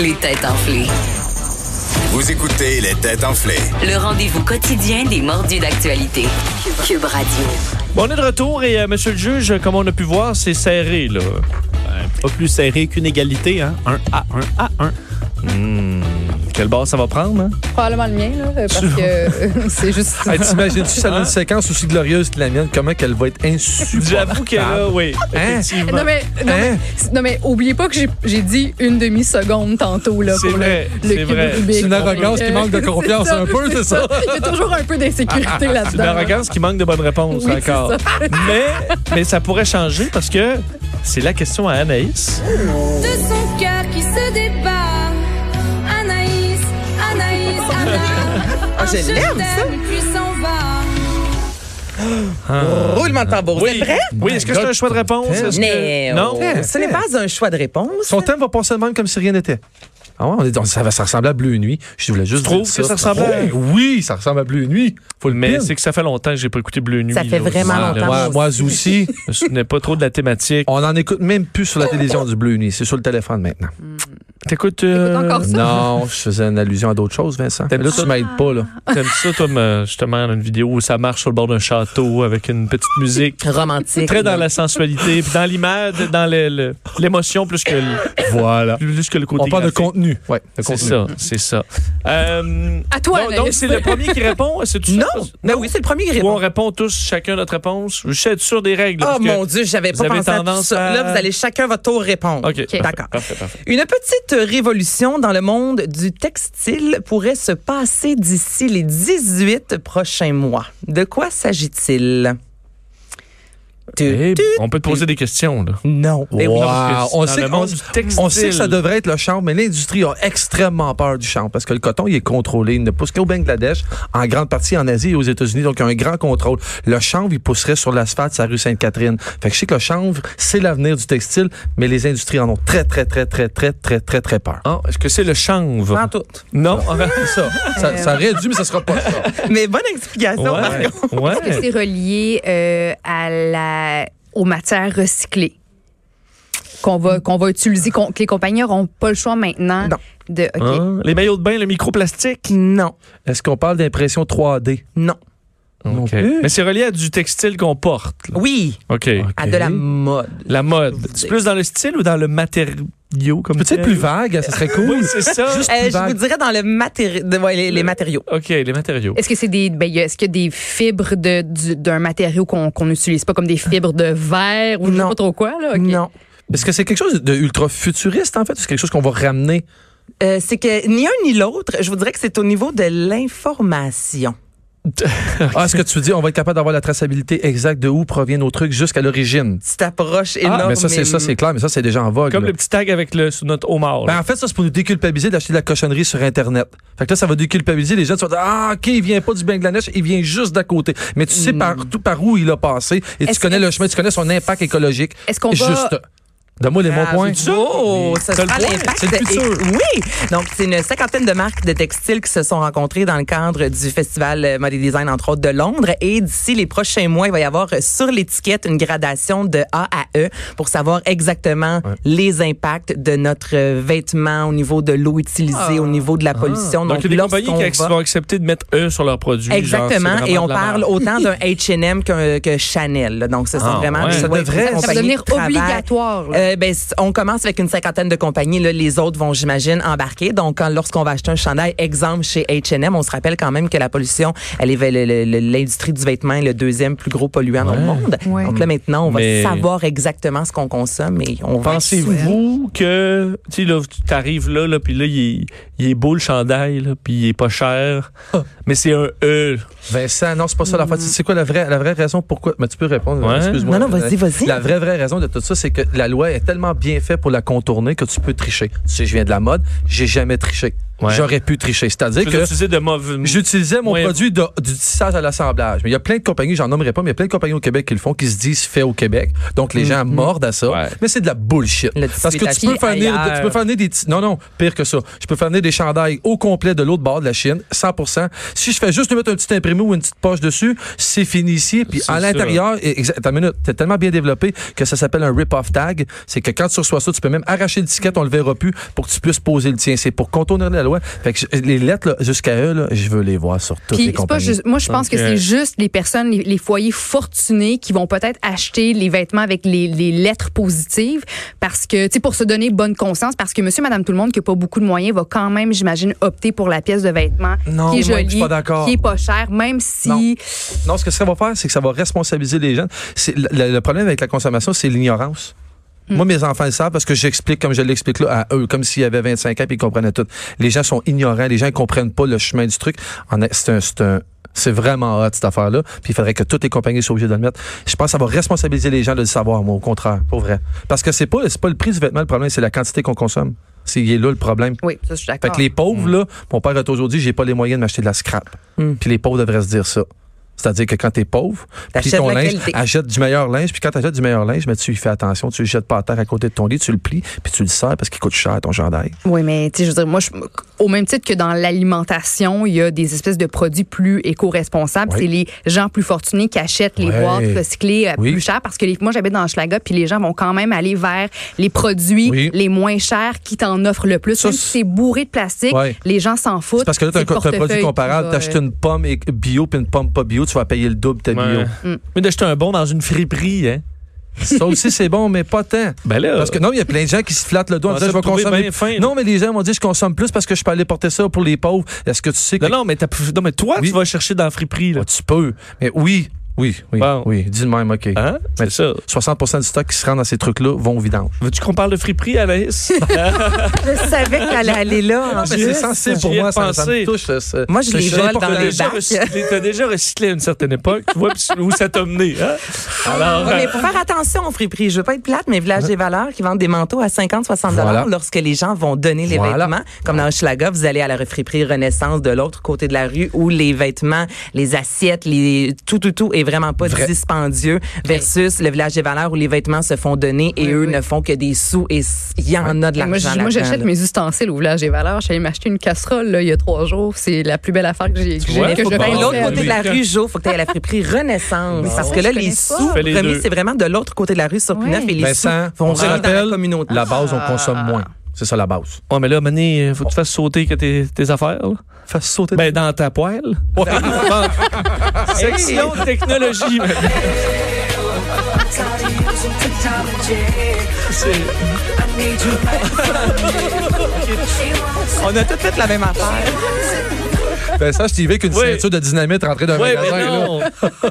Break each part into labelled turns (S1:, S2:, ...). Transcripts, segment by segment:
S1: Les têtes enflées.
S2: Vous écoutez les têtes enflées.
S1: Le rendez-vous quotidien des mordus d'actualité. Cube Radio.
S3: Bon, on est de retour et euh, monsieur le juge, comme on a pu voir, c'est serré là.
S4: Pas plus serré qu'une égalité, hein? 1 à 1 à 1.
S3: Hmm, Quelle base ça va prendre hein?
S5: Probablement le mien, là, parce que euh, c'est juste.
S6: Hey, T'imagines-tu si ça donne une séquence aussi glorieuse que la mienne, comment qu'elle va être insupportable?
S3: J'avoue que là, oui,
S6: Hein?
S3: effectivement.
S5: Non mais, non,
S6: Hein?
S5: mais, non, mais oubliez pas que j'ai- j'ai dit une demi-seconde tantôt là,
S3: C'est
S5: pour
S3: vrai,
S5: le,
S3: c'est
S5: le cube
S3: vrai.
S5: Rubik.
S6: C'est une arrogance
S5: Donc,
S6: qui
S5: euh,
S6: manque de confiance un peu, c'est ça?
S5: Il y a toujours un peu d'insécurité là-dedans.
S3: C'est une arrogance qui manque de bonnes réponses
S5: Oui, c'est
S3: encore. mais, mais ça pourrait changer parce que c'est la question à Anaïs.
S7: de son cœur qui se débat. Anaïs, Anaïs, Anna. je l'aime, ça. Puis s'en va.
S8: Roulement de tambour.
S3: Oui,
S8: C'est vrai?
S3: oui est-ce que c'est un choix de réponse? Est-ce que- Non.
S8: Non. Ce n'est pas un choix de réponse.
S6: Son thème va passer de même comme si rien n'était. Ah ouais, on est, on- ça, va- ça ressemble à Bleu Nuit. Je voulais juste
S3: Tu trouves
S6: dire ça.
S3: que ça ressemble à-
S6: Oui, oui, ça ressemble à Bleu Nuit. Faut le
S3: Mais
S6: mettre.
S3: c'est que ça fait longtemps que j'ai pas écouté Bleu Nuit.
S8: Ça fait
S3: là, aussi.
S8: vraiment
S3: Ouais,
S8: longtemps.
S3: ouais.
S6: moi, moi aussi,
S3: Je me souvenais pas trop de la thématique.
S6: on n'en écoute même plus sur la télévision du Bleu Nuit. C'est sur le téléphone maintenant.
S3: T'écoutes... euh,
S5: Écoute encore ça.
S6: Non, je faisais une allusion à d'autres choses, Vincent. Mais là, tu m'aides pas, là.
S3: T'aimes ça, toi, me- justement, une vidéo où ça marche sur le bord d'un château avec une petite musique.
S8: Romantique.
S3: Très dans la sensualité, puis dans l'image, dans le- le- l'émotion plus que le,
S6: Voilà.
S3: plus que le côté
S6: On parle de
S3: graphique.
S6: contenu. Ouais, de
S3: C'est
S6: contenu.
S3: ça, c'est ça. Euh,
S5: À toi,
S3: donc- Donc,
S5: Anaïs.
S3: c'est le premier qui répond? C'est tout ça?
S8: Non. Mais oui, c'est le premier qui
S3: Ou on
S8: répond.
S3: répond tous, chacun notre réponse? Je suis sûr des règles.
S8: Oh
S3: parce que-
S8: mon Dieu, j'avais
S3: vous
S8: pas
S3: avez
S8: pensé à tout
S3: tendance
S8: ça.
S3: à-
S8: Là, vous allez chacun votre tour répondre.
S3: OK.
S5: Ok.
S8: D'accord.
S3: Parfait, parfait.
S8: Une petite révolution dans le monde du textile pourrait se passer d'ici les 18 prochains mois. De quoi s'agit-il? Tu-
S3: Eh,
S8: tu-
S3: on peut te poser des questions, là.
S8: Non. Eh oui.
S6: Wow.
S3: Parce que
S6: on
S3: dans
S6: sait
S3: le
S6: que-
S3: monde du textile.
S6: On sait que ça devrait être le chanvre, mais l'industrie a extrêmement peur du chanvre parce que le coton, il est contrôlé. Il ne pousse qu'au Bangladesh, en grande partie en Asie et aux États-Unis, donc il y a un grand contrôle. Le chanvre, il pousserait sur l'asphalte, sa rue Sainte-Catherine. Fait que je sais que le chanvre, c'est l'avenir du textile, mais les industries en ont très, très, très, très, très, très, très, très peur.
S3: Ah, Est-ce que c'est le chanvre?
S8: Pas en tout.
S3: Non.
S6: C'est ça. ça. Ça aurait dû, mais ça sera pas ça.
S8: Mais bonne explication, par
S3: Ouais.
S8: contre.
S5: Est-ce que
S3: ouais.
S5: c'est relié euh, à la, aux matières recyclées qu'on va, qu'on va utiliser, qu'on- que les compagnies n'auront pas le choix maintenant
S8: Non.
S5: de. OK.
S3: Hein? Les maillots de bain, le microplastique?
S8: Non.
S6: Est-ce qu'on parle d'impression 3D?
S8: Non.
S3: OK.
S6: plus.
S3: Mais c'est relié à du textile qu'on porte. là.
S8: Oui,
S3: OK.
S8: à
S3: Eh?
S8: de la mode.
S3: La mode. C'est plus dans le style ou dans le matériau comme
S6: Peut-être
S3: tel?
S6: plus vague, ça serait cool.
S3: Euh, Oui, c'est ça.
S6: Juste
S8: Euh,
S6: plus
S8: je vous
S6: vague.
S8: dirais dans le matéri- de- ouais, les, les matériaux.
S3: OK, les matériaux.
S5: Est-ce que c'est des ben, y a- est-ce qu'il y a des fibres de du- d'un matériau qu'on qu'on n'utilise pas comme des fibres de verre ou je sais
S8: Non.
S5: pas trop quoi là ok.
S8: Non.
S6: Est-ce que c'est quelque chose de ultra futuriste, en fait? ou C'est quelque chose qu'on va ramener
S8: Euh, c'est que ni un ni l'autre, je vous dirais que c'est au niveau de l'information.
S6: Ah, est-ce que tu dis on va être capable d'avoir la traçabilité exacte de où provient nos trucs jusqu'à l'origine?
S8: Tu t'approches énormément.
S6: Ah, mais ça, c'est ça, c'est clair, mais ça, c'est déjà en vogue.
S3: Comme
S6: là.
S3: le petit tag avec le sous notre homard. là.
S6: Ben, en fait, ça, c'est pour nous déculpabiliser d'acheter de la cochonnerie sur Internet. Fait que là, ça va déculpabiliser les gens. Tu vas dire, ah, OK, il vient pas du Bangladesh, il vient juste d'à côté. Mais tu sais
S3: Mm.
S6: par, tout par où il a passé et tu
S5: Est-ce
S6: connais
S5: que-
S6: le chemin, tu connais son impact écologique.
S5: Est-ce qu'on va-
S6: Juste. Donne-moi les bons
S8: Ah,
S6: points.
S8: c'est beau, ça
S6: T'as le
S8: sera
S6: point,
S8: l'impact.
S6: Oh, c'est le futur.
S8: Et- oui. Donc, c'est une cinquantaine de marques de textiles qui se sont rencontrées dans le cadre du festival euh, Mode et Design, entre autres, de Londres. Et d'ici les prochains mois, il va y avoir euh, sur l'étiquette une gradation de A à E pour savoir exactement les impacts de notre euh, vêtement au niveau de l'eau utilisée,
S6: Ah.
S8: au niveau de la pollution.
S3: Donc, il y a des compagnies qui
S8: lorsqu'on
S3: ac-
S8: va-
S3: vont accepter de mettre eux sur leurs produits. genre, c'est
S8: Exactement.
S3: vraiment
S8: Et on
S3: de la
S8: parle
S3: merde.
S8: autant d'un H&M que, que Chanel. là. Donc, ce sont
S3: Ah,
S8: vraiment
S3: ouais.
S8: des
S3: Ça
S8: ouais,
S6: devrait-
S8: des
S6: Ça va
S5: Ça va
S8: compagnies
S5: devenir
S8: qui travaillent.
S5: obligatoire. là.
S8: Euh, ben, c- on commence avec une cinquantaine de compagnies. Là, les autres vont, j'imagine, embarquer. Donc, quand- lorsqu'on va acheter un chandail, exemple chez H&M, on se rappelle quand même que la pollution, elle est ve- le- le- le- l'industrie du vêtement est le deuxième plus gros polluant dans le monde.
S5: Ouais.
S8: Donc là, maintenant, on va
S3: Mais-
S8: savoir exactement ce qu'on consomme et on va.
S3: Pensez-vous que, tu sais, là, tu arrives là, là, puis là, il est, il est beau le chandail, là, puis il est pas cher, mais c'est un E.
S6: Vincent, non, c'est pas ça la faute. C'est quoi la vraie, la vraie raison pourquoi? Mais tu peux répondre,
S3: Ouais.
S6: excuse-moi.
S8: Mm. Non, non, vas-y, vas-y.
S6: La vraie, vraie raison de tout ça, c'est que la loi est tellement bien faite pour la contourner que tu peux tricher. Tu sais, je viens de la mode, j'ai jamais triché.
S3: Ouais.
S6: j'aurais pu tricher. C'est-à-dire
S3: Tu veux
S6: que
S3: utiliser de mauvais.
S6: j'utilisais mon
S3: Ouais.
S6: produit de- du tissage à l'assemblage. Mais il y a plein de compagnies, j'en nommerai pas, mais il y a plein de compagnies au Québec qui le font, qui se disent fait au Québec. Donc les gens mordent à ça.
S3: Ouais.
S6: Mais c'est de la bullshit.
S8: Le
S6: Parce
S8: tissu
S6: que
S8: est
S6: tu peux,
S8: acheté
S6: faire venir,
S8: ailleurs.
S6: tu peux faire venir des petits- Non, non, pire que ça. Je peux faire venir des chandails au complet de l'autre bord de la Chine, 100 Si je fais juste mettre un petit imprimé ou une petite poche dessus, c'est fini ici. Puis
S3: C'est
S6: à
S3: ça.
S6: l'intérieur, et- exact- attends une minute, t'es tellement bien développé que ça s'appelle un rip-off tag. C'est que quand tu reçois ça, tu peux même arracher le ticket, on le verra plus pour que tu puisses poser le tien. C'est pour contourner la loi. Fait que je- les lettres, là, jusqu'à eux, là, je veux les voir sur toutes
S5: Puis
S6: les
S5: c'est pas
S6: compagnies.
S5: juste, moi, je pense que
S3: Ok.
S5: c'est juste les personnes, les, les foyers fortunés qui vont peut-être acheter les vêtements avec les, les lettres positives parce que, tu sais, pour se donner bonne conscience, parce que monsieur, madame, tout le monde qui n'a pas beaucoup de moyens va quand même, j'imagine, opter pour la pièce de vêtement
S6: Non,
S5: qui est
S6: moi, je suis
S5: jolie,
S6: pas d'accord.
S5: qui est pas chère, même si.
S6: Non. Non, ce que ça va faire, c'est que ça va responsabiliser les jeunes. C'est- Le, le problème avec la consommation, c'est l'ignorance. Moi, mes enfants le savent parce que j'explique comme je l'explique là à eux, comme s'ils avaient 25 ans et ils comprenaient tout. Les gens sont ignorants, les gens ne comprennent pas le chemin du truc. En est- C'est un- c'est un- c'est vraiment hot, cette affaire-là. Puis il faudrait que toutes les compagnies soient obligées de le mettre. Je pense que ça va responsabiliser les gens de le savoir, moi, au contraire, pour vrai. Parce que c'est pas, c'est pas le prix du vêtement le problème, c'est la quantité qu'on consomme. C'est il est là le problème.
S5: Oui, ça, je suis
S6: Fait
S8: Ah.
S5: d'accord.
S6: que les
S3: Mm.
S6: pauvres, là, mon père a toujours dit, j'ai pas les moyens de m'acheter de la scrap. Puis les pauvres devraient se dire ça. C'est-à-dire que quand t'es pauvre, puis
S8: T'achètes
S6: ton
S8: la
S6: linge,
S8: qualité.
S6: achète du meilleur linge, puis quand t'achètes du meilleur linge, mais tu y fais attention, tu le jettes pas à terre à côté de ton lit, tu le plies, puis tu le sers parce qu'il coûte cher ton gendarme.
S5: Oui, mais tu sais, je veux dire, moi, je- au même titre que dans l'alimentation, il y a des espèces de produits plus éco-responsables.
S6: Oui.
S5: C'est les gens plus fortunés qui achètent les
S6: Ouais.
S5: boîtes recyclées euh,
S6: Oui.
S5: plus chères parce que les- moi, j'habite dans Schlaga, puis les gens vont quand même aller vers les produits
S6: Oui.
S5: les moins chers qui t'en offrent le plus.
S6: Ça,
S5: Même si
S6: c'est-
S5: c'est bourré de plastique,
S6: Ouais.
S5: les gens s'en foutent.
S6: C'est parce que là, t'as un,
S5: C'est
S6: co-
S5: le
S6: t'as un
S5: portefeuille
S6: produit
S5: qui
S6: comparable,
S5: va,
S6: t'achètes
S5: euh,
S6: une pomme et- bio puis une pomme pas bio, tu vas payer le double de ta bio.
S3: Ouais.
S8: Mm.
S3: Mais d'acheter un bon dans une friperie, hein.
S6: Ça aussi, c'est bon, mais pas tant.
S3: Ben là.
S6: Parce que non, il y a plein de gens qui se flattent le doigt en
S3: Ah,
S6: disant,
S3: ça,
S6: je vais
S3: vous trouvez
S6: consommer.
S3: bien fin, là.
S6: non, mais les gens m'ont dit, je consomme plus parce que je peux aller porter ça pour les pauvres. Est-ce que tu sais que
S3: Non, non, mais, t'as- non, mais toi, Ah,
S6: Oui.
S3: tu vas chercher dans la friperie, là.
S6: Ah, tu peux. Mais oui, oui, oui.
S3: Bon.
S6: Oui, dis le même, OK.
S3: Hein?
S6: Mais
S3: C'est ça.
S6: 60 du stock qui se rend dans ces trucs-là vont au vidange.
S3: Veux-tu qu'on parle de friperie, Anaïs?
S8: Je
S5: euh,
S8: savais qu'elle allait là. en
S6: Mais
S8: plus.
S6: Ah, ben, c'est sensible pour
S3: j'y ai
S6: moi, ça, ça me
S3: pensé.
S6: touche. ça, ça.
S8: Moi, je
S6: C'est-
S8: les
S6: c'est
S8: vole
S6: n'importe
S8: dans
S6: quoi.
S8: les
S3: déjà
S8: bacs.
S3: recyclé, t'as déjà recyclé à une certaine époque, tu vois, puis où ça t'a mené, hein? Alors,
S8: Ouais,
S3: euh,
S8: mais faut faire attention aux friperies. Je veux pas être plate, mais Village des Valeurs qui vendent des manteaux à 50, 60
S6: Voilà.
S8: lorsque les gens vont donner les
S6: Voilà.
S8: vêtements. Comme dans Hochelaga, vous allez à la friperie Renaissance de l'autre côté de la rue où les vêtements, les assiettes, les tout, tout, tout est vraiment pas dispendieux versus le Village des Valeurs où les vêtements se font donner et
S5: Oui,
S8: eux
S5: oui.
S8: ne font que des sous et s- il y en a de
S5: Moi,
S8: l'argent.
S5: j- moi, j'achète
S8: là-dedans, là.
S5: mes ustensiles au village des valeurs. J'allais m'acheter une casserole là, il y a trois jours. C'est la plus belle affaire que j'ai que j'ai-
S3: vois,
S5: que
S3: faut
S5: je
S3: pas-
S8: Ben,
S5: pense
S8: l'autre
S5: faire.
S8: côté de la
S3: Mais-
S8: rue, Jo, faut que tu à la friperie Renaissance. Parce que là,
S5: Je connais
S8: les
S5: pas.
S8: sous
S3: Fais les
S8: remis,
S3: deux.
S8: c'est vraiment de l'autre côté de la rue sur
S5: Ouais.
S8: Pinot et les
S6: Vincent,
S8: sous
S6: on
S8: vont
S6: se
S8: rentrer dans
S6: rappelle,
S8: la communauté.
S6: la base, on consomme moins. C'est ça, la base.
S3: euh, ouais, mais là, Mané, faut que tu fasses sauter que tes, tes affaires, là.
S6: Fais sauter.
S3: Ben, dans ta poêle. Bon. Section technologie, Mané. C'est-
S8: On a toutes fait la même affaire.
S6: Ben, ça, je t'y vais avec une
S3: Oui.
S6: ceinture de dynamite rentrée d'un
S3: Ouais,
S6: magasin.
S3: mais
S6: là.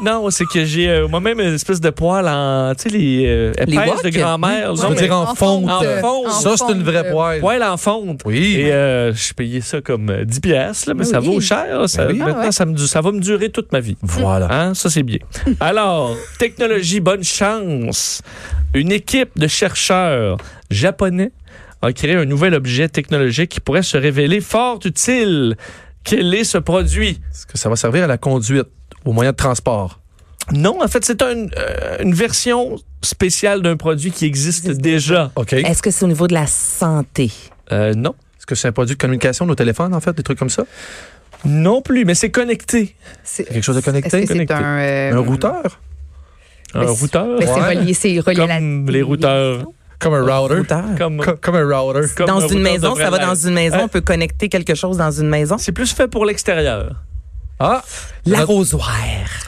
S3: non. non, c'est que j'ai euh, moi-même une espèce de poêle en, tu sais, les euh,
S8: Les
S3: épaisses de
S8: wok?
S3: grand-mère.
S6: Je
S3: non,
S6: veux
S3: mais-
S6: dire en fonte. euh,
S3: En fonte.
S5: en
S6: Ça, c'est une vraie
S8: euh,
S5: fonte.
S6: poêle.
S3: poêle en fonte.
S6: Oui.
S3: Et euh, je payais ça comme euh, 10 piastres, là, mais
S5: Ah
S3: ça
S5: oui. ah
S3: vaut cher. là, ça,
S6: Ben oui.
S3: Maintenant, ça, me, du- ça va me durer toute ma vie.
S6: Voilà.
S3: Hein? Ça, c'est bien. Alors, technologie, bonne chance. Une équipe de chercheurs japonais a créé un nouvel objet technologique qui pourrait se révéler fort utile. Quel est ce produit?
S6: Est-ce que ça va servir à la conduite, au moyen de transport?
S3: Non, en fait, c'est un, euh, une version spéciale d'un produit qui existe déjà.
S6: OK. Est-ce
S8: Est-ce que c'est au niveau de la santé?
S3: Euh, non.
S6: que c'est un produit de communication, nos téléphones, en fait, des trucs comme ça?
S3: Non plus, mais c'est connecté.
S5: C'est-
S6: Quelque chose de
S5: Est-ce
S6: connecté?
S5: que c'est un,
S8: Eh,
S5: euh,
S6: Un routeur?
S3: Un
S5: Mais c'est-
S3: routeur.
S5: Mais c'est
S6: Ouais.
S5: relié, c'est relié à la
S3: Comme les routeurs.
S6: Comme un router?
S8: Routeur.
S3: Comme,
S6: Co- Comme un router.
S3: comme un
S8: dans
S3: routeur
S8: une maison,
S3: devrait
S8: ça va
S3: l'être.
S8: dans une maison.
S3: Hein?
S8: On peut connecter quelque chose dans une maison.
S3: C'est plus fait pour l'extérieur.
S6: Ah!
S8: L'arrosoir.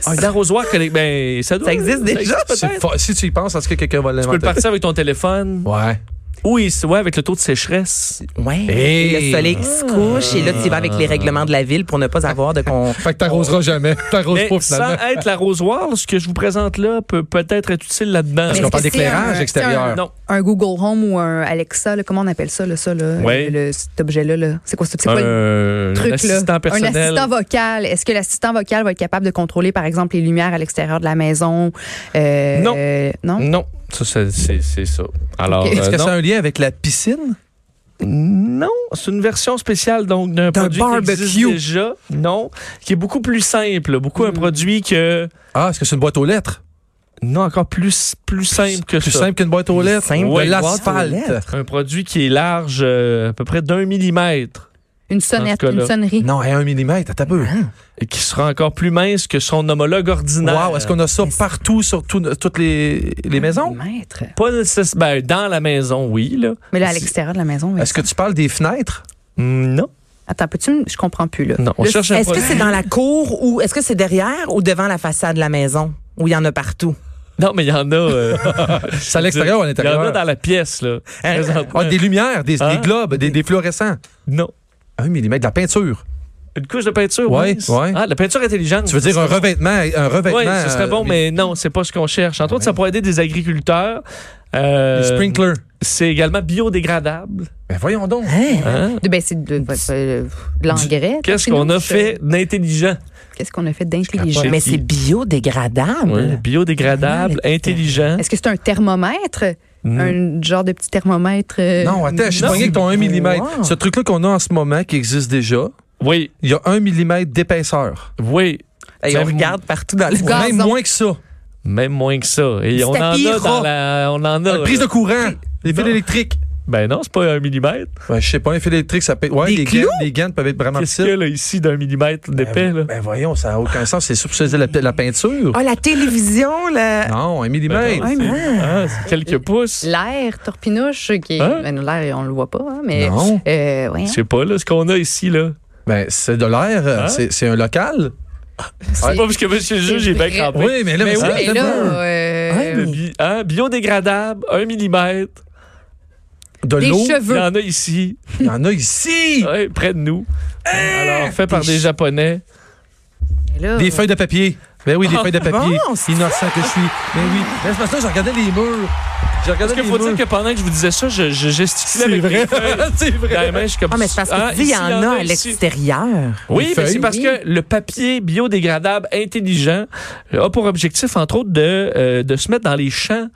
S3: Un arrosoir connecté. Ben, ça, doit,
S8: Ça existe déjà?
S3: peut-être.
S6: C'est fa- Si tu y penses, est-ce que quelqu'un va
S3: Tu peux le
S6: l'inventer?
S3: partir avec ton téléphone.
S6: Ouais.
S3: Oui, c'est- ouais, avec le taux de sécheresse.
S8: Ouais.
S6: Hey.
S8: Et Le soleil qui
S3: Ah!
S8: se couche et là, tu y vas avec les règlements de la ville pour ne pas avoir de con.
S6: Fait que t'arroseras jamais. T'arroses
S3: Oh. Mais
S6: pas
S3: sans
S6: finalement.
S3: être l'arrosoir, ce que je vous présente là peut peut-être être utile là-dedans.
S6: Parce
S5: Mais
S6: qu'on
S5: est-ce
S6: parle
S5: que c'est
S6: d'éclairage
S5: un-
S6: extérieur.
S3: Non.
S5: un Google Home ou un Alexa, là, comment on appelle ça, là, ça là,
S3: Ouais.
S5: le- le- cet objet-là? Là? C'est quoi, c'est quoi le
S3: Un,
S5: truc?
S3: un assistant
S5: là?
S3: personnel.
S5: Un assistant vocal. Est-ce que l'assistant vocal va être capable de contrôler, par exemple, les lumières à l'extérieur de la maison? Euh,
S3: Non.
S5: euh, non?
S3: Non, ça, ça, c'est c'est ça. Alors,
S5: Ok.
S3: euh,
S6: Est-ce que
S3: non.
S6: ça a un lien avec la piscine?
S3: Non, c'est une version spéciale donc d'un
S6: D'un
S3: produit qui existe
S6: barbecue.
S3: déjà, non, qui est beaucoup plus simple, beaucoup un produit que
S6: Ah, est-ce que c'est une boîte aux lettres?
S3: non encore plus plus simple que
S6: Plus
S3: ça.
S6: simple qu'une boîte aux
S8: Plus
S6: lettres?
S8: simple
S6: de
S3: qu'une
S8: boîte aux
S6: l'asphalte.
S3: Un produit qui est large euh, à peu près d'un millimètre
S5: Une sonnette,
S3: Dans ce cas-là.
S5: une sonnerie.
S6: Non, à un millimètre, t'as peu.
S3: et qui sera encore plus mince que son homologue ordinaire.
S6: Wow, est-ce qu'on a ça partout sur tout- toutes les, les maisons?
S5: Maître.
S3: pas nécessaire- ben, dans la maison, oui là.
S5: Mais là, à l'extérieur de la maison, oui.
S6: Est-ce que tu parles des fenêtres?
S3: Mm, Non,
S5: Attends, peux-tu me- Je comprends plus, là.
S3: non, on
S8: Le-
S3: cherche un
S8: Est-ce que
S3: produit.
S8: c'est dans la cour ou est-ce que c'est derrière ou devant la façade de la maison où il y en a partout?
S3: Non, mais il y en a euh,
S6: C'est à l'extérieur ou à
S3: il y en a
S6: l'intérieur?
S3: dans la pièce là.
S6: Ah, des lumières, des, des
S3: Hein?
S6: globes, des, des fluorescents.
S3: Non.
S6: Un millimètre, de la peinture.
S3: Une couche de peinture,
S6: Ouais,
S3: oui.
S6: ouais.
S3: Ah, de la peinture intelligente.
S6: Tu veux dire un revêtement, un revêtement.
S3: Oui, ce serait bon,
S6: euh,
S3: mais non, c'est pas ce qu'on cherche. Entre autres, ça pourrait aider des agriculteurs. Euh,
S6: des sprinklers.
S3: c'est également biodégradable.
S6: Ben voyons donc.
S3: Hein?
S5: De- Ben, c'est de, de- de l'engrais.
S3: Qu'est-ce
S5: sinon,
S3: qu'on a
S5: je-
S3: fait d'intelligent?
S5: Qu'est-ce qu'on a fait d'intelligent?
S3: Je
S8: Ah! Mais
S3: qui-
S8: c'est biodégradable.
S3: Ouais, Biodégradable, Euh,
S6: Hein?
S3: intelligent.
S5: Est-ce que c'est un thermomètre? Un genre de petit thermomètre? euh,
S6: Hmm. Non, attends, je suis
S3: non.
S6: pogné avec ton 1 mm.
S8: Wow.
S6: Ce truc-là qu'on a en ce moment, qui existe déjà,
S3: Oui,
S6: il y a 1 mm d'épaisseur.
S3: oui.
S8: Et on
S3: Même-
S8: regarde partout dans le
S5: Gazon.
S6: Même moins que ça.
S3: Même moins que ça. Et
S6: Du
S3: on en
S6: tapis
S3: a dans
S6: ras.
S3: la. On en a.
S6: Une prise de courant, des fils
S3: Non.
S6: électriques.
S3: Ben non, c'est pas un millimètre.
S6: Ouais, je sais pas, un fil électrique, ça peut. Ouais,
S8: Des
S6: les
S8: clous?
S6: gaines, les gaines peuvent être vraiment
S3: Qu'est-ce qu'il y a
S6: petites.
S3: là, ici d'un millimètre d'épais? là?
S6: Ben, ben voyons, ça n'a aucun sens. C'est sûr que c'est la, la peinture.
S8: Ah, la télévision, la...
S6: Non, un millimètre.
S3: Ah, Ben, c'est- ah, c'est quelques pouces.
S5: L'air torpinouche qui est-
S3: Hein?
S5: ben, l'air on le voit pas hein, mais
S6: Non.
S5: euh, ouais, hein.
S3: Je sais pas, là, ce qu'on a ici, là.
S6: Ben, c'est de l'air.
S3: Hein?
S6: C'est c'est un local.
S3: C'est pas parce que monsieur le juge
S5: c'est
S3: est bien
S5: vrai.
S3: crampé.
S6: Oui, mais là, ben,
S3: Mais
S6: c'est-
S3: oui,
S5: Mais là, euh,
S3: Hein, le bi- hein, biodégradable, 1 mm.
S6: de
S5: des
S6: l'eau.
S3: Il y
S5: cheveux
S3: en a ici,
S6: Il y en a ici.
S3: ouais, près de nous. Alors, fait par des Japonais.
S5: là,
S6: Des feuilles de papier. Ben oui, des
S3: Ah,
S6: feuilles de papier.
S8: bon, c'est-
S6: Innocent que je suis. Ben oui. Ben, c'est parce que je regardais les murs. Je regardais
S3: Parce qu'il
S6: les
S3: faut
S6: murs.
S3: dire que pendant que je vous disais ça, je, je gesticulais
S6: C'est
S3: avec
S6: vrai.
S3: les feuilles
S6: c'est
S3: dans
S6: vrai.
S3: les mains, je suis comme...
S8: Ah, mais c'est parce
S3: Ah,
S8: que tu dis, il
S3: ici,
S8: y en a à
S3: ici.
S8: l'extérieur.
S3: Oui,
S6: Les
S3: mais c'est
S6: feuilles.
S3: parce que le papier biodégradable intelligent a pour objectif, entre autres, de, euh, de se mettre dans les champs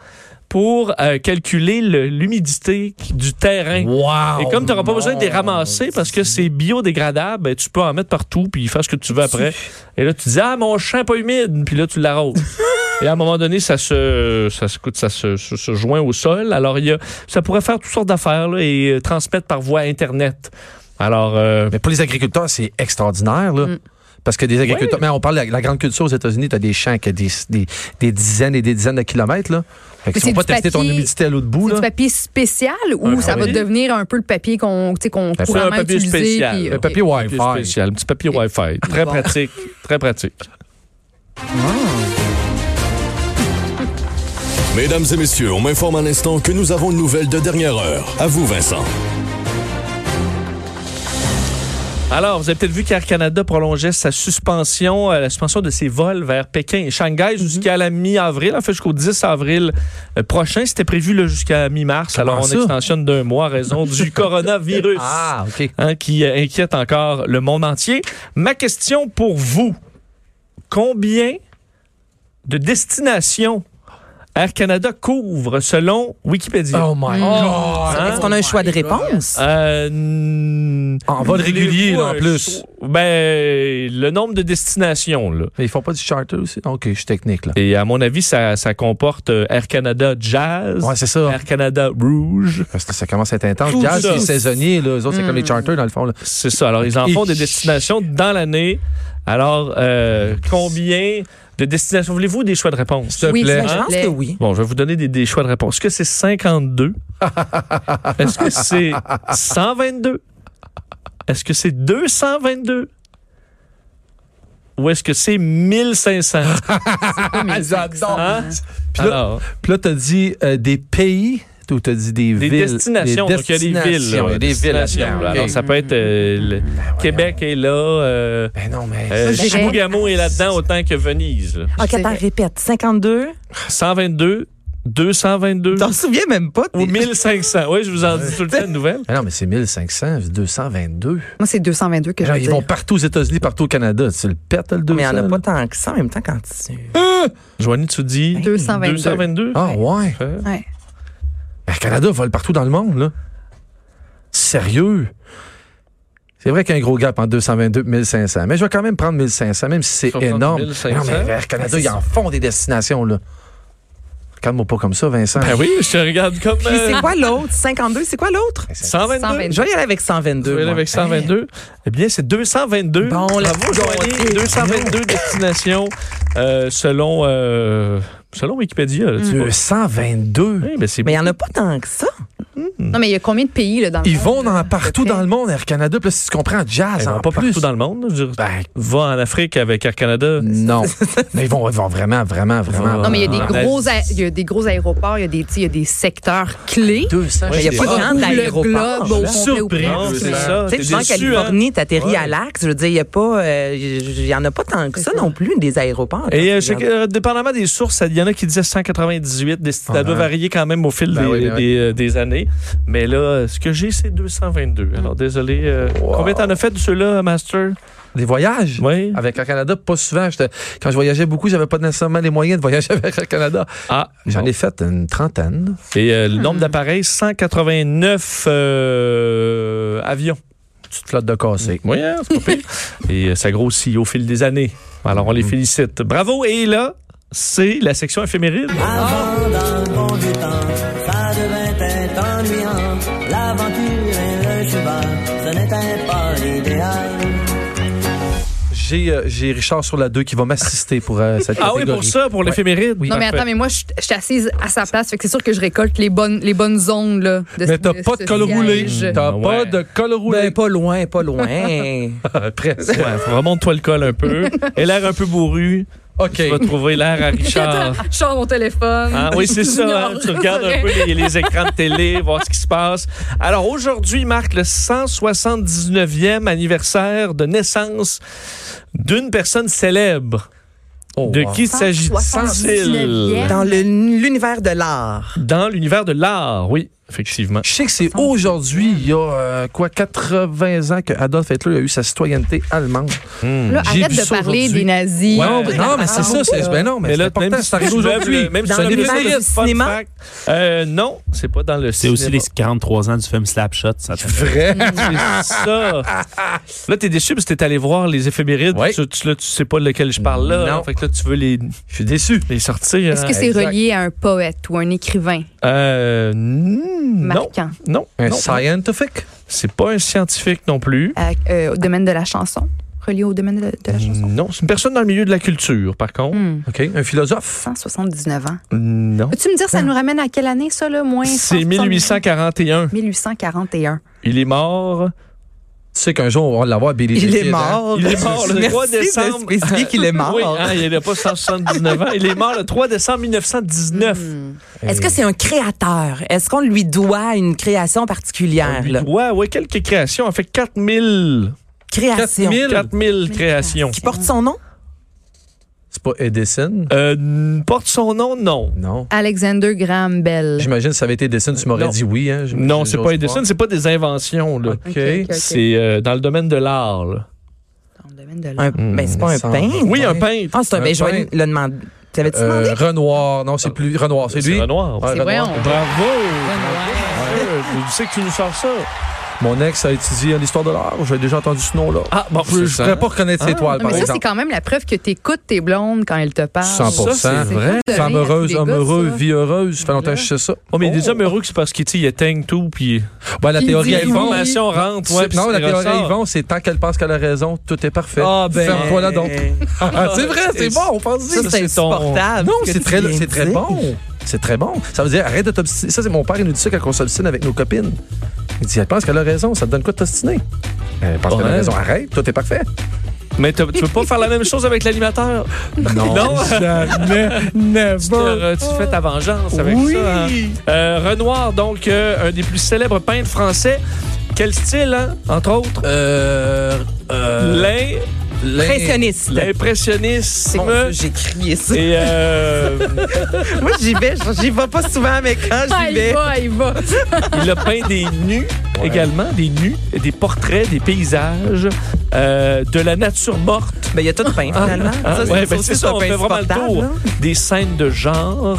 S3: pour euh, calculer le- l'humidité du terrain.
S6: Wow.
S3: Et comme tu n'auras pas besoin de les ramasser parce que c'est biodégradable, ben, tu peux en mettre partout puis faire ce que tu veux après. Et là, tu dis, ah, mon champ est pas humide, puis là, tu l'arroses. Et à un moment donné, ça se, ça se, écoute, ça se, se- se joint au sol. Alors, il y a, ça pourrait faire toutes sortes d'affaires là, et euh, transmettre par voie Internet. Alors, euh,
S6: Mais pour les agriculteurs, c'est extraordinaire,
S5: Mm.
S6: là. Parce que des agriculteurs. Mais on parle de la, la grande culture aux États-Unis, tu as des champs qui ont des, des, des dizaines et des dizaines de kilomètres, là. Fait que
S5: Mais
S6: si on
S5: c'est
S6: peut
S5: du
S6: tester ton
S5: papier-
S6: humidité à l'autre bout,
S5: c'est
S6: là.
S5: du papier spécial ou
S3: Un
S5: ça va
S3: papier.
S5: devenir un peu le papier qu'on tu sais, qu'on
S6: Ben, c'est
S5: couramment
S3: un papier
S5: utilisé,
S3: spécial.
S5: puis-
S3: Un
S5: ok.
S3: papier
S6: Papier Wi-Fi.
S3: spécial, un petit papier Wi-Fi. Très
S8: Bon.
S3: pratique. Très pratique.
S2: Mesdames et messieurs, on m'informe à l'instant que nous avons une nouvelle de dernière heure. À vous, Vincent.
S3: Alors, vous avez peut-être vu qu'Air Canada prolongeait sa suspension, euh, la suspension de ses vols vers Pékin et Shanghai
S6: Mhm.
S3: jusqu'à la mi-avril, en fait jusqu'au 10 avril euh, prochain. C'était prévu là, jusqu'à mi-mars.
S6: Comment
S3: Alors, on
S6: ça?
S3: extensionne d'un mois à raison du coronavirus
S6: Ah, OK.
S5: Mm.
S3: hein, qui euh, inquiète encore le monde entier. Ma question pour vous, combien de destinations Air Canada couvre selon Wikipédia?
S6: Oh
S5: Mm.
S6: my God.
S3: Hein?
S8: Est-ce qu'on a un choix de réponse?
S3: Euh, n-
S6: En vol régulier, là, en
S3: Ouais,
S6: plus.
S3: Ben, le nombre de destinations, là.
S6: Mais ils font pas du charter aussi? OK, je suis technique, là.
S3: Et à mon avis, ça, ça comporte euh, Air Canada Jazz,
S6: Ouais, c'est ça.
S3: Air Canada Rouge.
S6: Parce que ça commence à être intense.
S3: Tout
S6: Jazz,
S3: ça.
S6: c'est saisonnier, là. Eux autres, c'est
S5: Mm.
S6: comme les charters, dans le fond, là.
S3: C'est ça. Alors, ils en
S6: Et-
S3: font des destinations dans l'année. Alors, euh, combien de destinations voulez-vous des choix de réponse?
S6: S'il te
S5: Oui,
S6: plaît.
S8: Ben, je
S3: Hein?
S8: pense que oui.
S3: Bon, je vais vous donner des, des choix de réponse. Est-ce que c'est 52? Est-ce que c'est 122? Est-ce que c'est 222? Ou est-ce que c'est 1500?
S6: Ah, j'adore.
S3: Hein?
S6: Puis là-
S3: Alors,
S6: Puis là, t'as dit euh, des pays ou t'as dit des,
S3: des
S6: villes?
S3: destinations.
S6: Des
S3: Donc, il y a des villes.
S6: destinations.
S3: là.
S6: Il y a des villes. Ben
S3: Destinations,
S6: là-dedans,
S3: là.
S6: OK.
S3: Alors, ça peut être euh, le Québec est là. Euh,
S6: Ben non, mais...
S3: euh,
S5: j'ai-
S3: Chibougamau est là-dedans autant que Venise. là.
S8: OK,
S5: dirais-
S8: attends, Ah, répète. 52?
S3: 122, 222
S8: T'en souviens même pas?
S3: ou
S8: t'es-
S3: 1500. Oui, je vous en dis tout le temps de nouvelles.
S6: Ben non, mais c'est 1500, 222.
S5: Moi c'est 222 que je
S6: Genre,
S5: veux
S6: Ah, ils
S5: dire.
S6: vont partout aux États-Unis, partout au Canada. C'est le pète, le 200.
S8: Mais il n'y en a
S6: là.
S8: pas tant que ça en même temps quand
S3: Euh.
S8: tu...
S3: Joanie, tu dis
S5: 222.
S3: 222?
S6: Ah ouais. Ben,
S3: Euh,
S5: Ouais.
S6: Le Canada vole partout dans le monde, là. sérieux. C'est vrai qu'il y a un gros gap en 222 500, mais je vais quand même prendre 1500, même si c'est
S3: 60
S6: énorme.
S3: 500.
S6: Non, mais Air Canada, ils en font des destinations, là. Regarde-moi pas comme ça, Vincent.
S3: Ben oui, je te regarde comme.
S8: Puis
S3: euh,
S8: c'est quoi l'autre? 52, c'est quoi l'autre?
S3: 122.
S5: 122.
S8: Je vais y aller avec
S3: Je
S8: 122.
S3: vais aller
S8: moi.
S3: avec 122. Eh bien, c'est 222.
S8: Bon, let's
S3: Bravo,
S8: go,
S3: Joanie.
S8: let's go.
S3: 222 destinations euh, selon, euh, selon Wikipédia. là, tu vois.
S6: 222.
S3: Oui, mais c'est
S8: Mm. Mais il n'y en a pas tant que ça.
S5: Non, mais il y a combien de pays là, dans le
S6: Ils
S5: monde,
S6: vont
S5: là,
S6: dans,
S5: à peu
S6: partout
S5: près?
S6: dans le monde, Air Canada. Puis là, si tu comprends, jazz
S3: Ils
S6: en
S3: vont pas
S6: plus.
S3: partout dans le monde. là, je veux dire.
S6: Ben,
S3: Va en Afrique avec Air Canada.
S6: non. mais ils vont, ils vont vraiment, vraiment, vraiment.
S5: Non, mais il y, a des
S3: Ah.
S5: gros
S6: ben,
S5: a- il y a des gros aéroports, il y a des, tu sais, il y a des secteurs clés.
S6: 200.
S8: Mais il n'y a
S3: c'est
S8: pas
S3: ça.
S8: de gens
S5: Ou
S8: de
S5: le
S8: l'aéroport.
S5: globe au complet ou
S3: Surpris.
S5: presque.
S6: c'est
S3: C'est
S6: ça.
S3: ça.
S8: Tu sais,
S3: T'es
S8: tu vas en
S3: déçu, hein?
S8: Californie, t'atterris
S3: Ouais.
S8: à l'axe. Je veux dire, il n'y a pas. euh, Il n'y en a pas tant que ça non plus, des aéroports.
S3: Et euh,
S8: Quand tu
S3: je-
S8: regardes.
S3: euh, dépendamment des sources, il y en a qui disaient 198. des- Ça
S6: Ah,
S3: doit
S6: ben.
S3: varier quand même au fil
S6: Ben
S3: des,
S6: oui, ben oui.
S3: des, euh, des années. Mais là, ce que j'ai, c'est 222. Alors, désolé. euh,
S6: Mm. Wow.
S3: Combien t'en as fait de ceux-là, Master?
S6: Des voyages?
S3: Oui.
S6: Avec Air Canada, pas souvent. J'étais- Quand je voyageais beaucoup, j'avais pas nécessairement les moyens de voyager avec Air Canada.
S3: Ah,
S6: J'en ai Hmm. fait une trentaine.
S3: Et euh, le nombre d'appareils, 189 euh, avions.
S6: Petite flotte de cassé.
S3: Oui, hein, c'est pas pire. Et euh, ça grossit au fil des années. Alors,
S6: Hmm.
S3: on les félicite. Bravo. Et là, c'est la section éphéméride.
S6: Ah,
S9: Avant d'un bon du temps, ça devait être ennuyant. L'aventure et le cheval, ce n'était pas l'idéal.
S6: J'ai euh, j'ai Richard sur la 2 qui va m'assister pour euh, cette
S3: Ah oui,
S6: catégorie.
S3: pour ça, pour l'éphéméride.
S5: Non, mais
S3: Parfait.
S5: attends, mais moi, je suis- je suis assise à sa place. Fait que c'est sûr que je récolte les bonnes, les bonnes zones, là. De,
S6: Mais t'as
S5: de
S6: pas de
S5: ce
S6: col roulé.
S5: siège.
S6: T'as
S3: Hmm. Ah Ouais.
S6: pas de col roulé.
S8: Ben, pas loin, pas loin.
S6: Presque.
S3: Ah, Ouais, faut- remonte-toi le col un peu. Et l'air un peu bourru.
S6: OK.
S3: Tu vas trouver l'air à Richard.
S5: Je sors mon téléphone.
S3: Ah, oui, c'est ça. hein.
S5: J'ignore.
S3: Tu regardes un peu les, les écrans de télé, voir ce qui se passe. Alors aujourd'hui marque le 179e anniversaire de naissance d'une personne célèbre.
S6: Oh,
S3: de
S8: hein.
S6: wow.
S3: qui s'agit-il?
S5: 179e.
S8: Dans le- l'univers de l'art.
S3: Dans l'univers de l'art, oui, effectivement.
S6: Je sais que c'est aujourd'hui, il y a euh, quoi, 80 ans que Adolf Hitler a eu sa citoyenneté allemande.
S5: Là,
S6: J'ai
S5: arrête
S6: vu
S5: de
S6: ça
S5: parler
S6: aujourd'hui.
S5: des nazis.
S3: Ouais.
S6: Non, mais, non, mais c'est ça. C'est, ben non, mais,
S3: Mais
S6: c'est
S3: là,
S6: important,
S3: même si
S6: c'est arrivé aujourd'hui.
S3: Même si
S8: Dans
S3: c'est un
S8: l'univers
S3: éphéméride,
S8: du
S3: fun
S8: cinéma?
S3: fact. Euh, non, c'est pas dans le
S4: C'est aussi
S3: cinéma.
S4: les 43 ans du film Slapshot. Ça
S6: Vrai.
S3: C'est ça. Là, t'es déçu parce que t'es allé voir les éphémérides.
S6: Ouais.
S3: Tu, tu- là, tu sais pas de lequel je parle là.
S6: Non.
S3: Fait que là, tu veux les,
S6: Je suis déçu.
S3: les sortir. hein.
S5: Est-ce que c'est
S6: Exact.
S5: relié à un poète ou un écrivain
S3: Euh, n- non,
S5: marquant
S3: non,
S6: Un
S3: non.
S6: scientifique.
S3: C'est pas un scientifique non plus.
S5: à- euh, au domaine de la chanson? Relié au domaine de, de la chanson?
S3: Non, c'est une personne dans le milieu de la culture, par contre.
S5: Hmm,
S6: OK. Un philosophe.
S5: 179 ans.
S3: Non.
S5: Peux-tu me dire, ça nous ramène à quelle année, ça, là? Moins
S3: C'est
S5: 170?
S3: 1841.
S5: 1841.
S3: Il est mort.
S6: Tu sais qu'un jour, on va l'avoir, Billy
S8: Il
S6: Jean
S8: est
S6: King, hein?
S8: mort.
S3: Il est mort le 3
S8: Merci de
S3: décembre.
S8: spécifier qu'il est mort.
S3: Oui, hein, il n'a pas 179 ans. Il est mort le 3 décembre 1919.
S5: Hmm.
S8: Est-ce que c'est un créateur? Est-ce qu'on lui doit une création particulière? là?
S3: Ouais, ouais, quelques créations. On fait 4000.
S8: Création.
S3: 4000 créations.
S8: Qui porte son nom?
S6: C'est pas Edison.
S3: Euh, n- porte son nom, non.
S6: Non.
S5: Alexander Graham Bell.
S6: J'imagine que ça avait été Edison, tu
S3: Non.
S6: m'aurais dit oui. Hein? J'imagine,
S3: Non, c'est
S6: j'ose
S3: pas Edison,
S6: croire.
S3: c'est pas des inventions. là.
S6: Ah, OK.
S5: Ok, ok.
S3: C'est euh, dans le domaine de l'art. là.
S5: Dans le domaine de la-
S8: Un, ben, c'est pas un
S6: ça-
S8: peintre.
S3: Oui, un peintre.
S8: Ah, c'est un,
S6: Un
S8: ben, je vais
S6: peintre.
S8: le demander. T'avais-tu demandé?
S6: Euh, Renoir. Non, c'est plus Renoir. C'est lui.
S3: C'est Renoir.
S6: Ouais,
S5: C'est
S6: Renoir.
S5: vrai,
S3: Bravo! Euh, Tu sais que tu nous sors ça.
S6: Mon ex a étudié en histoire de l'art. J'avais déjà entendu ce nom-là.
S3: Ah, bon,
S6: je ne pourrais pas reconnaître ses toiles,
S5: Non,
S6: par
S5: mais ça, c'est
S6: exemple.
S5: quand même la preuve que t'écoutes tes blondes quand elles te parlent.
S6: 100
S3: Ça,
S5: c'est vrai. C'est
S6: Femme
S5: donné à
S6: heureuse,
S5: tous les
S6: homme
S5: gars,
S6: heureux,
S5: ça.
S6: vie heureuse. Ça fait longtemps que je sais ça.
S3: Oh, mais les hommes heureux, c'est parce qu'ils tu sais, ils éteignent tout, puis
S6: Ouais, la
S5: Qui
S6: théorie,
S5: dit
S6: elle vont.
S3: l'information rentre. ouais, puis
S6: non,
S3: c'est
S6: la théorie,
S3: ressort.
S6: ils vont, c'est tant qu'elle pense qu'elle a raison, tout est parfait.
S3: Ah, ben.
S6: Ferme-toi là donc. c'est vrai, c'est
S3: Et-
S6: bon, on pense
S3: Ça,
S8: c'est
S3: c'est ton-
S8: insupportable.
S6: Non,
S8: ce que
S6: c'est
S8: tu
S6: très,
S8: viens
S6: c'est
S8: de
S6: très
S8: dire.
S6: bon. C'est très bon. Ça veut dire, arrête de t'obstiner. Ça, c'est mon père, il nous dit ça quand on s'obstine avec nos copines. Il dit, elle pense qu'elle a raison, ça te donne quoi de t'obstiner? Euh, Elle pense qu'elle a
S3: Ouais.
S6: raison, arrête, tout est parfait.
S3: Mais t'as- tu veux pas faire la même chose avec l'animateur?
S6: Non.
S3: jamais, Tu te, tu te fais ta vengeance avec ça. hein. Euh, Renoir, donc, euh, un des plus célèbres peintres français. Quel style, hein, entre autres?
S6: Euh. euh,
S3: L'in-
S8: Impressionniste.
S3: L'impressionnisme.
S8: Mon Dieu, j'ai crié ça.
S3: Et euh,
S8: Moi, j'y vais. J'y vais pas souvent, mais quand
S5: Ah,
S8: j'y
S5: il
S8: vais.
S5: va, il va.
S3: il a peint des nus également, des nus, des portraits, des paysages, euh, de la nature morte.
S8: Ben, il y a tout peint, finalement.
S3: Hein?
S8: Ça,
S3: Ouais, ben,
S8: aussi,
S3: c'est ça,
S8: un
S3: on
S8: peu
S3: fait vraiment le
S8: insupportable,
S3: tour.
S8: là.
S3: Des scènes de genre.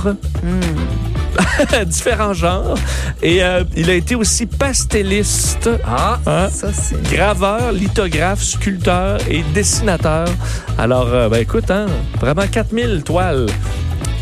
S3: différents genres. Et euh, il a été aussi pastelliste,
S6: Ah,
S3: hein,
S5: Ça, c'est.
S3: graveur, lithographe, sculpteur et dessinateur. Alors, euh, ben écoute, hein, vraiment 4000 toiles.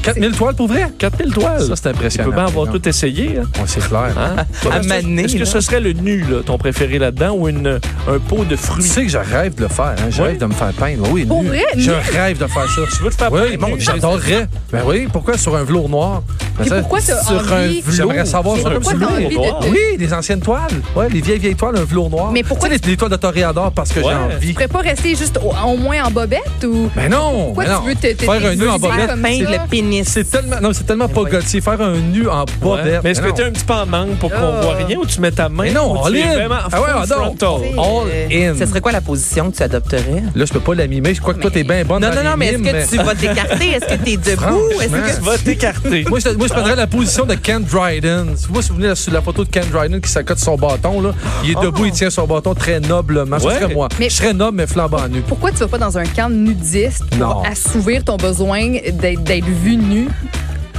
S6: 4000 toiles pour vrai?
S3: 4000 toiles.
S6: Ça, c'est
S3: Tu
S6: impressionnant.
S3: peux bien avoir
S6: Non.
S3: tout essayé. hein.
S6: Ouais, c'est clair.
S3: Hein?
S8: À
S3: Est-ce que-
S8: maner,
S3: Est-ce que
S8: là.
S3: ce serait le nu, là, ton préféré là-dedans, ou une, un pot de
S6: Tu
S3: fruits?
S6: sais que je rêve de le faire. Hein? Je
S3: Oui.
S6: rêve de me faire peindre. Oui,
S5: Pour
S6: nu.
S5: vrai?
S6: Je
S5: Nu?
S6: rêve de faire ça.
S3: Tu veux te faire
S6: Oui,
S3: peindre
S6: bon,
S3: nu?
S6: j'adorerais. Ben oui, pourquoi sur un velours noir? Ben
S5: Et
S6: ça,
S5: pourquoi t'as
S6: Sur un
S5: envie-
S6: velours. J'aimerais savoir
S5: Mais
S6: sur un
S5: pourquoi
S6: velours.
S5: t'as envie de-
S3: noir.
S5: de-
S6: Oui, les anciennes toiles. Ouais, les vieilles vieilles toiles, un velours noir.
S5: Mais pourquoi
S6: Tu sais, les, les toiles de toréador parce que
S3: Ouais.
S6: j'ai envie.
S5: Tu pourrais pas rester juste au, au moins en bobette ou.
S6: Ben non!
S5: Pourquoi
S6: ben non.
S5: tu veux te- te
S6: Faire un nœud en
S5: déguiser
S6: bobette.
S5: comme
S8: Peindre
S5: ça?
S8: le pénis.
S6: C'est tellement, non, c'est tellement pas
S8: voyons.
S6: gothier. Faire un nu en
S3: Ouais.
S6: bobette. Ben
S3: Mais est-ce que
S6: non.
S3: tu es un petit peu en manque pour qu'on
S5: Ah.
S3: voit rien ou tu mets ta main?
S6: Mais non,
S3: ou
S6: en
S3: tu es
S6: ligne.
S3: vraiment
S6: Ah ouais,
S3: full
S6: ah non.
S3: frontal?
S6: All in.
S8: Ce Euh, serait quoi la position que tu adopterais?
S6: Là, je peux pas la mimer. Je crois que toi, t'es bien bonne
S8: Non,
S6: dans
S8: non,
S6: les
S8: non, mais est-ce
S6: mimes,
S8: que tu vas t'écarter? Est-ce que t'es debout? Est-ce que
S3: Tu vas t'écarter.
S6: Moi je, moi, je prendrais la position de Ken Dryden. Si vous vous souvenez de la photo de Ken Dryden qui s'accote son bâton, là, il est debout, il tient son bâton très noblement. Ce
S3: Ouais.
S6: serait moi.
S5: Mais-
S6: Je serais noble, mais flambant nu.
S5: Pourquoi tu vas pas dans un camp nudiste pour
S6: Non.
S5: assouvir ton besoin d'être d'être vu nu?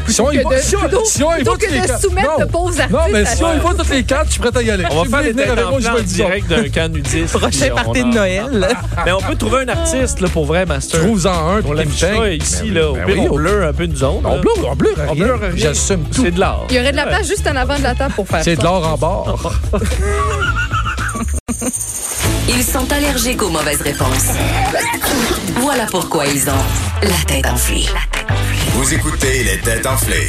S6: Si on y
S5: que
S6: va-
S5: de-
S6: si on-
S5: plutôt-
S6: si on y
S5: plutôt
S6: va
S5: que
S6: tous les
S5: de
S6: quatre-
S5: soumettre
S6: Non.
S5: de pauvres
S6: Non, mais
S5: artistes
S6: si
S5: à-
S6: on y va toutes les quatre, je suis prêt à y aller.
S3: On va
S6: Si
S3: faire
S6: vous
S3: des
S6: voulez venir
S3: têtes
S6: avec
S3: en
S6: moi, je
S3: plan
S6: vais le dire.
S3: direct d'un camp nudiste.
S8: prochain
S3: Puis on
S8: party de
S3: en-
S8: Noël?
S3: Mais on peut trouver un artiste là, pour vrai, Master.
S6: Trouve-en un,
S3: Pour
S6: puis
S3: la
S6: qu'il me
S3: ça
S6: teigne.
S3: ici,
S6: Ben
S3: là, au
S6: oui,
S3: pire,
S6: ben oui,
S3: on
S6: on-
S3: bleu un peu une zone.
S6: On
S3: là.
S6: bleure, on bleure,
S3: On
S6: rien.
S3: bleure rien.
S6: J'assume tout.
S3: C'est de l'art.
S5: Il y aurait de la place juste en avant de la table pour faire
S6: C'est de
S5: ça.
S6: l'or en barre.
S1: Ils sont allergiques aux mauvaises réponses. Voilà pourquoi ils ont la tête enflée.
S10: Vous écoutez les têtes enflées.